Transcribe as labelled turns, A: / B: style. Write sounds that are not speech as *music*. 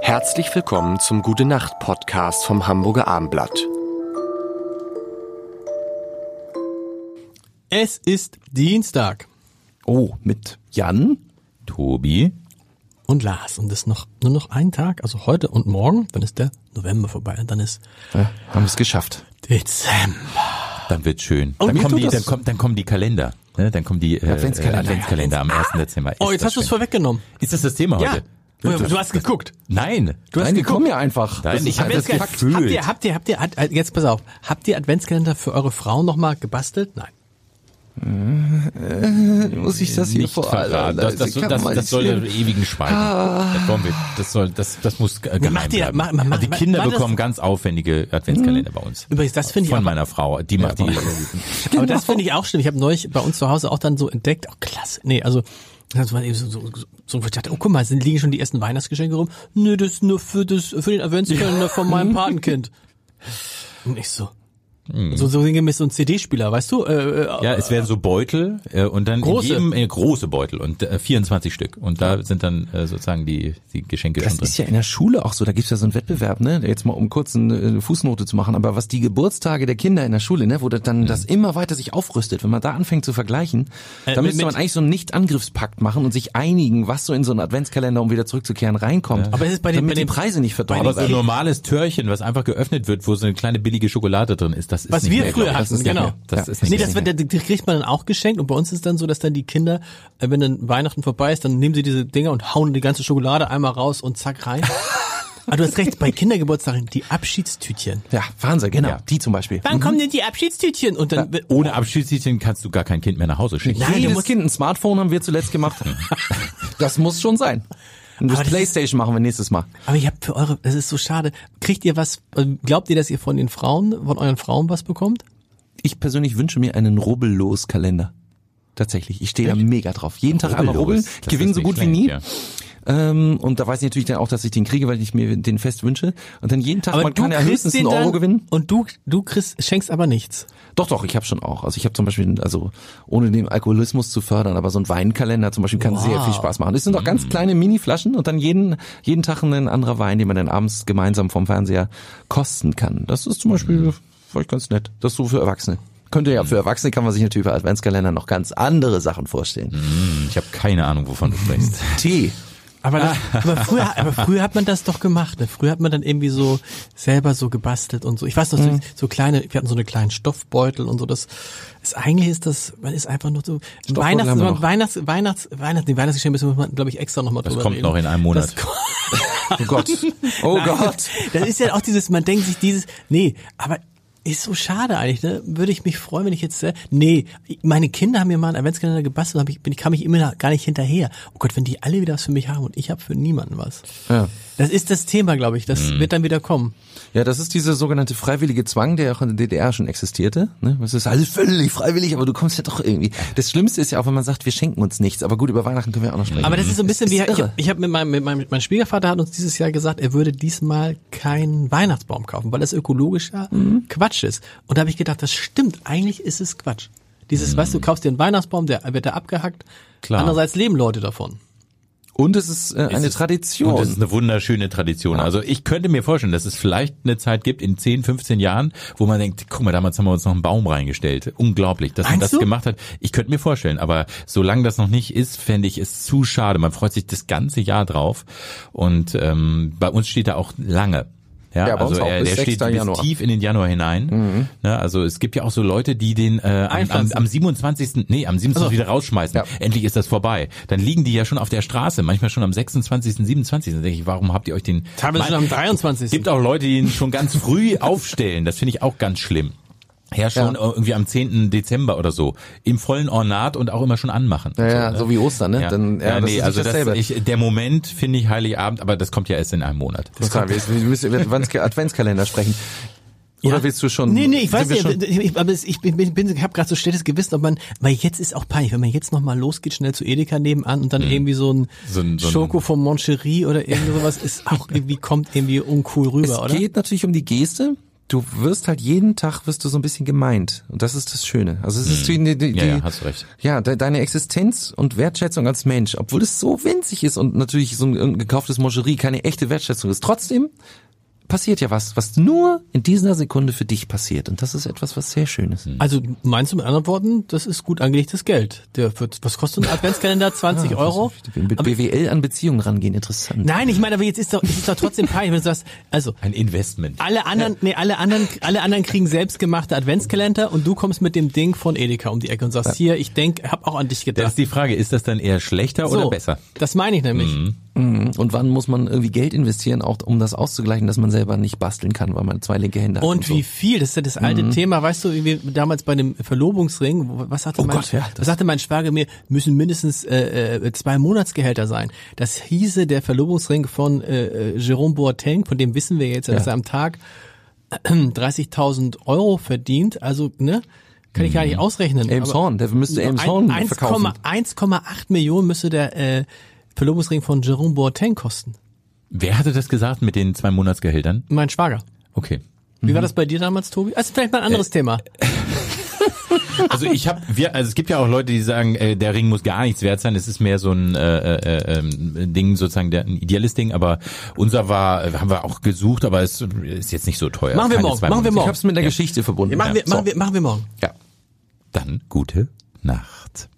A: Herzlich willkommen zum Gute Nacht Podcast vom Hamburger Armblatt.
B: Es ist Dienstag
C: Oh, mit Jan, Tobi,
B: und Lars und es ist noch nur noch ein Tag, also heute und morgen, dann ist der November vorbei und dann ist
C: ja, haben wir es geschafft.
B: Dezember.
D: Dann wird schön.
C: Oh,
B: Und
D: dann,
B: wie
D: kommen
B: tut
D: die,
B: das-
D: dann, kommen, dann kommen die Kalender. Ne? Dann kommen die äh,
C: Adventskalender.
D: Adventskalender, Adventskalender am 1. Dezember. Ist
B: Oh, jetzt
D: das
B: hast du es
D: schön.
B: vorweggenommen.
D: Ist das das Thema heute?
B: Ja. Du hast geguckt.
D: Nein.
B: Du hast
C: Nein, die
B: geguckt.
C: kommen ja einfach.
D: Nein,
C: Das
D: ich
C: ist
D: hab
C: halt
D: jetzt
C: das
D: gar-
C: Fakt.
D: gefühlt.
B: Habt ihr, habt ihr, habt ihr, Ad- Ad- jetzt pass auf, habt ihr Adventskalender für eure Frau nochmal gebastelt? Nein.
C: Muss ich das hier
D: Nicht
C: vor
D: verraten. Das, das, das, das, soll im ewigen Schweigen.
B: Ah.
D: Das, wollen wir, das, soll, das, das muss äh, geheim
B: Macht ihr-
D: bleiben.
B: ma- ma- ma-
D: also die
B: ma-
D: Kinder
B: war das-
D: bekommen ganz aufwendige Adventskalender bei uns.
B: Übrigens, das finde ich
D: Von
B: aber-
D: meiner Frau. Die macht die.
B: Aber das finde ich auch schlimm. Ich habe neulich bei uns zu Hause auch dann so entdeckt, oh klasse, nee, also das war eben so, so, so, so ich dachte, oh guck mal, sind liegen schon die ersten Weihnachtsgeschenke rum. Nö, das ist nur für, das, für den Adventskalender von meinem Patenkind. Und ich so,
D: Hm.
B: so, so sinngemäß so ein CD-Spieler, weißt du? Äh, äh,
D: *laughs* Ja, es werden so Beutel äh, und dann
B: Große.
D: in jedem äh, große Beutel und äh, 24 Stück. Und da sind dann äh, sozusagen die, die Geschenke
C: Das
D: schon drin.
C: ist ja in der Schule auch so, da gibt's ja so einen Wettbewerb, ne? Jetzt mal um kurz eine äh, Fußnote zu machen, aber was die Geburtstage der Kinder in der Schule, ne, wo das
D: Mhm.
C: dann das immer weiter sich aufrüstet, wenn man da anfängt zu vergleichen,
D: Äh,
C: dann
B: mit-
C: müsste man
B: mit-
C: eigentlich so einen Nicht-Angriffspakt machen und sich einigen, was so in so einen Adventskalender, um wieder zurückzukehren, reinkommt.
B: Aber es ist bei den-
C: damit
B: bei den-
C: die Preise nicht verdorben.
D: Aber so ein
C: sind.
D: normales Törchen, was einfach geöffnet wird, wo so eine kleine billige Schokolade drin ist, das ist
B: was
D: nicht
B: wir
D: mehr,
B: früher
D: glaub ich.
C: das ist
B: hatten,
C: nicht
B: genau.
C: mehr.
D: Das
C: Ja.
D: ist nicht
B: Nee,
D: mehr.
B: das, wird, das das kriegt man dann auch geschenkt und bei uns ist dann so, dass dann die Kinder, äh, wenn dann Weihnachten vorbei ist, dann nehmen sie diese Dinger und hauen die ganze Schokolade einmal raus und zack
D: *laughs*
B: rein. Aber du hast recht, bei Kindergeburtstagen die Abschiedstütchen.
C: ja, Wahnsinn, genau,
D: Ja.
C: die zum Beispiel.
B: Wann kommen denn die Abschiedstütchen? Und dann oh,
D: Ohne Abschiedstütchen kannst du gar kein Kind mehr nach Hause schicken.
B: Nein, du
C: Jedes
B: musst-
C: Kind ein Smartphone haben wir zuletzt gemacht. *laughs* das muss schon sein. Und
B: Aber
C: das
B: das
C: Playstation machen wir nächstes Mal.
B: Aber ihr habt für eure, es ist so schade. Kriegt ihr was, äh, glaubt ihr, dass ihr von den Frauen, von euren Frauen was bekommt?
C: Ich persönlich wünsche mir einen rubbellos Kalender. Tatsächlich, ich stehe da mega drauf. Jeden Tag einmal rubbeln,
D: Das
C: gewinne
D: ist
C: so
D: nicht
C: gut wie
D: schlecht,
C: nie.
D: ja.
C: Ähm, und da weiß ich natürlich dann auch, dass ich den kriege, weil ich mir den fest wünsche. Und dann jeden Tag, man kann ja höchstens einen Euro gewinnen.
B: und du, du kriegst, schenkst aber nichts.
C: Doch, doch, ich habe schon auch. Also ich habe zum Beispiel, also ohne den Alkoholismus zu fördern, aber so ein Weinkalender zum Beispiel kann
B: Wow. Mm.
C: sehr viel Spaß machen. Das sind doch ganz kleine Mini-Flaschen und dann jeden, jeden Tag ein anderer Wein, den man dann abends gemeinsam vom Fernseher kosten kann. Das ist zum
B: Mm.
C: Beispiel vielleicht ganz nett. Das so für Erwachsene. Könnte ja, für Erwachsene kann man sich natürlich bei Adventskalender noch ganz andere Sachen vorstellen.
B: Mm.
D: Hm, Ich habe keine Ahnung, wovon du
B: *laughs*
D: sprichst.
C: Tee.
B: Aber, das, aber, früher, aber früher hat man das doch gemacht. Ne? Früher hat man dann irgendwie so selber so gebastelt und so. Ich weiß noch,
C: Mhm.
B: so, so kleine, wir hatten so eine kleinen Stoffbeutel und so. Das ist eigentlich ist das, man ist einfach nur so Weihnachts,
C: haben wir noch.
B: Weihnachts, Weihnachts, Weihnachts, den Weihnachtsgeschenk müssen wir, glaube ich, extra nochmal drüber
D: kommt
B: reden.
D: noch in einem Monat.
B: Das kommt-
C: Oh Gott.
B: *laughs*
C: Oh
B: Nein,
C: Gott.
B: Also, Das ist ja auch dieses, man denkt sich dieses, nee, aber ist so schade eigentlich, ne? Würde ich mich freuen, wenn ich jetzt, äh, nee, meine Kinder haben mir mal einen Adventskalender gebastelt, hab ich, bin, kam ich immer noch gar nicht hinterher. Oh Gott, wenn die alle wieder was für mich haben und ich habe für niemanden was.
C: Ja. Mhm.
B: Das ist das Thema, glaube ich. Das wird dann wieder kommen.
C: Ja, das ist dieser sogenannte freiwillige Zwang, der auch in der DDR schon existierte. Ne? Es ist alles völlig freiwillig, aber du kommst ja doch irgendwie. Das Schlimmste ist ja auch, wenn man sagt, wir schenken uns nichts. Aber gut, über Weihnachten können wir auch noch sprechen.
B: Aber das ist so ein bisschen wie, halt,
C: ist
B: ich,
C: irre.
B: ich habe mit meinem, mit meinem, mein Schwiegervater hat uns dieses Jahr gesagt, er würde diesmal keinen Weihnachtsbaum kaufen, weil das ökologischer
D: Mhm.
B: Quatsch ist. Und da habe ich gedacht, das stimmt, eigentlich ist es Quatsch. Dieses, weißt du, kaufst dir einen Weihnachtsbaum, der wird da abgehackt.
D: Mhm. Klar.
B: Andererseits leben Leute davon.
C: und es ist äh, eine
D: ist-
C: Tradition.
D: Und das ist eine wunderschöne Tradition. Also ich könnte mir vorstellen, dass es vielleicht eine Zeit gibt in 10, 15 Jahren, wo man denkt, guck mal, damals haben wir uns noch einen Baum reingestellt. Unglaublich, dass man
B: Meinst
D: das
B: du?
D: gemacht hat. Ich könnte mir vorstellen, aber solange das noch nicht ist, fände ich es zu schade. Man freut sich das ganze Jahr drauf. Und ähm, bei uns steht da auch lange. Ja,
C: Ja, bei uns
D: also
C: auch,
D: er,
C: bis
D: der
C: 6.
D: steht bis
C: Januar. Mhm.
D: tief in den Januar hinein. Ne, also es gibt ja auch so Leute, die den äh, am, am,
B: Einpflanzen.
D: am 27. Nee, am 27. wieder rausschmeißen.
C: Ja.
D: Endlich ist das vorbei. Dann liegen die ja schon auf der Straße, manchmal schon am 26., 27. Dann denke ich, warum habt ihr euch den...
B: Teilweise schon am 23..
D: gibt auch Leute, die ihn schon
C: *laughs*
D: ganz früh aufstellen. Das finde ich auch ganz schlimm. Ja, schon
C: Ja.
D: irgendwie am 10. Dezember oder so. Im vollen Ornat und auch immer schon anmachen. Also,
C: Ja, ja, so wie Ostern, ne?
D: Ja,
C: Dann- ja,
D: ja,
C: das
D: nee,
C: ist nicht
D: also
C: dasselbe.
D: das, ich, der Moment finde ich Heiligabend, aber das kommt ja erst in einem Monat.
C: Total, wir, wir müssen über Advents- Adventskalender sprechen. Oder
B: Ja.
C: willst du schon?
B: Nee, nee, ich
C: sind
B: weiß
C: wir
B: nicht,
C: schon-
B: ich, ich, aber es- ich bin, bin, bin habe gerade so schlechtes Gewissen, ob man, weil jetzt ist auch peinlich, wenn man jetzt nochmal losgeht, schnell zu Edeka nebenan und dann irgendwie so ein,
D: Mhm. So ein- so ein-
B: Schoko vom
D: *laughs*
B: Moncherie oder irgend sowas ist auch irgendwie, kommt irgendwie uncool rüber,
C: Es
B: oder?
C: geht natürlich um die Geste, du wirst halt jeden Tag wirst du so ein bisschen gemeint. Und das ist das Schöne. Also es ist die, die, die,
D: Hm. Ja, ja, hast du recht.
C: Ja, de, deine Existenz und Wertschätzung als Mensch, obwohl es so winzig ist und natürlich so ein, ein gekauftes Mongerie keine echte Wertschätzung ist. Trotzdem passiert ja was, was nur in dieser Sekunde für dich passiert. Und das ist etwas, was sehr schön
D: Hm.
C: ist.
B: Also meinst du mit anderen Worten, das ist gut angelegtes Geld. Der wird, was kostet ein
D: *laughs*
B: Adventskalender? 20 Euro?
C: Mit
B: Aber-
C: BWL an Beziehungen rangehen, interessant.
B: Nein, ich meine, aber jetzt ist doch, es ist doch trotzdem peinlich, wenn du sagst, also
D: Ein Investment.
C: Ah,
B: alle anderen, nee, alle anderen, alle anderen kriegen selbstgemachte Adventskalender und du kommst mit dem Ding von Edeka um die Ecke und sagst hier, ich denk, hab auch an dich
D: Das
B: gedacht.
D: ist die Frage, ist das dann eher schlechter oder besser? Mhm.
B: Das meine ich nämlich.
C: Und wann muss man irgendwie Geld investieren, auch um das auszugleichen, dass man selber nicht basteln kann, weil man zwei linke Hände hat.
B: Und
C: so. Mhm.
B: wie viel, das ist ja das alte Thema, weißt du, wie wir damals bei dem Verlobungsring, wo- was sagte,
C: Oh
B: mein,
C: Gott, ja,
B: was sagte mein Schwager mir, müssen mindestens äh, äh, zwei Monatsgehälter sein. Das hieße der Verlobungsring von äh, äh, Jerome Boateng, von dem wissen wir jetzt, dass er am Tag *clears throat* 30.000 Euro verdient, also ne, kann ich gar
C: Mhm.
B: nicht ausrechnen.
C: Elmshorn, der müsste
B: ein-
C: Elmshorn
B: 1,8
C: verkaufen.
B: 1,8 Millionen müsste der äh, Verlobungsring von Jerome Boateng kosten.
D: Wer hatte das gesagt mit den zwei Monatsgehältern?
B: Mein Schwager.
D: Okay.
C: Mhm.
B: Wie war das bei dir damals, Tobi? Also vielleicht mal
C: Äh,
B: ein anderes Thema.
D: Also ich habe, wir, also es gibt ja auch Leute, die sagen, äh, der Ring muss gar nichts wert sein. Es ist mehr so ein äh, äh, ähm, Ding, sozusagen der, ein ideelles Ding. Aber unser war, äh, haben wir auch gesucht, aber es ist jetzt nicht so teuer.
B: Machen wir
D: Keine
B: morgen,
D: zwei
B: machen wir
D: Monate.
C: Ich hab's mit einer Geschichte verbunden.
B: machen, wir, machen, wir, machen wir morgen.
D: Ja. Dann gute Nacht.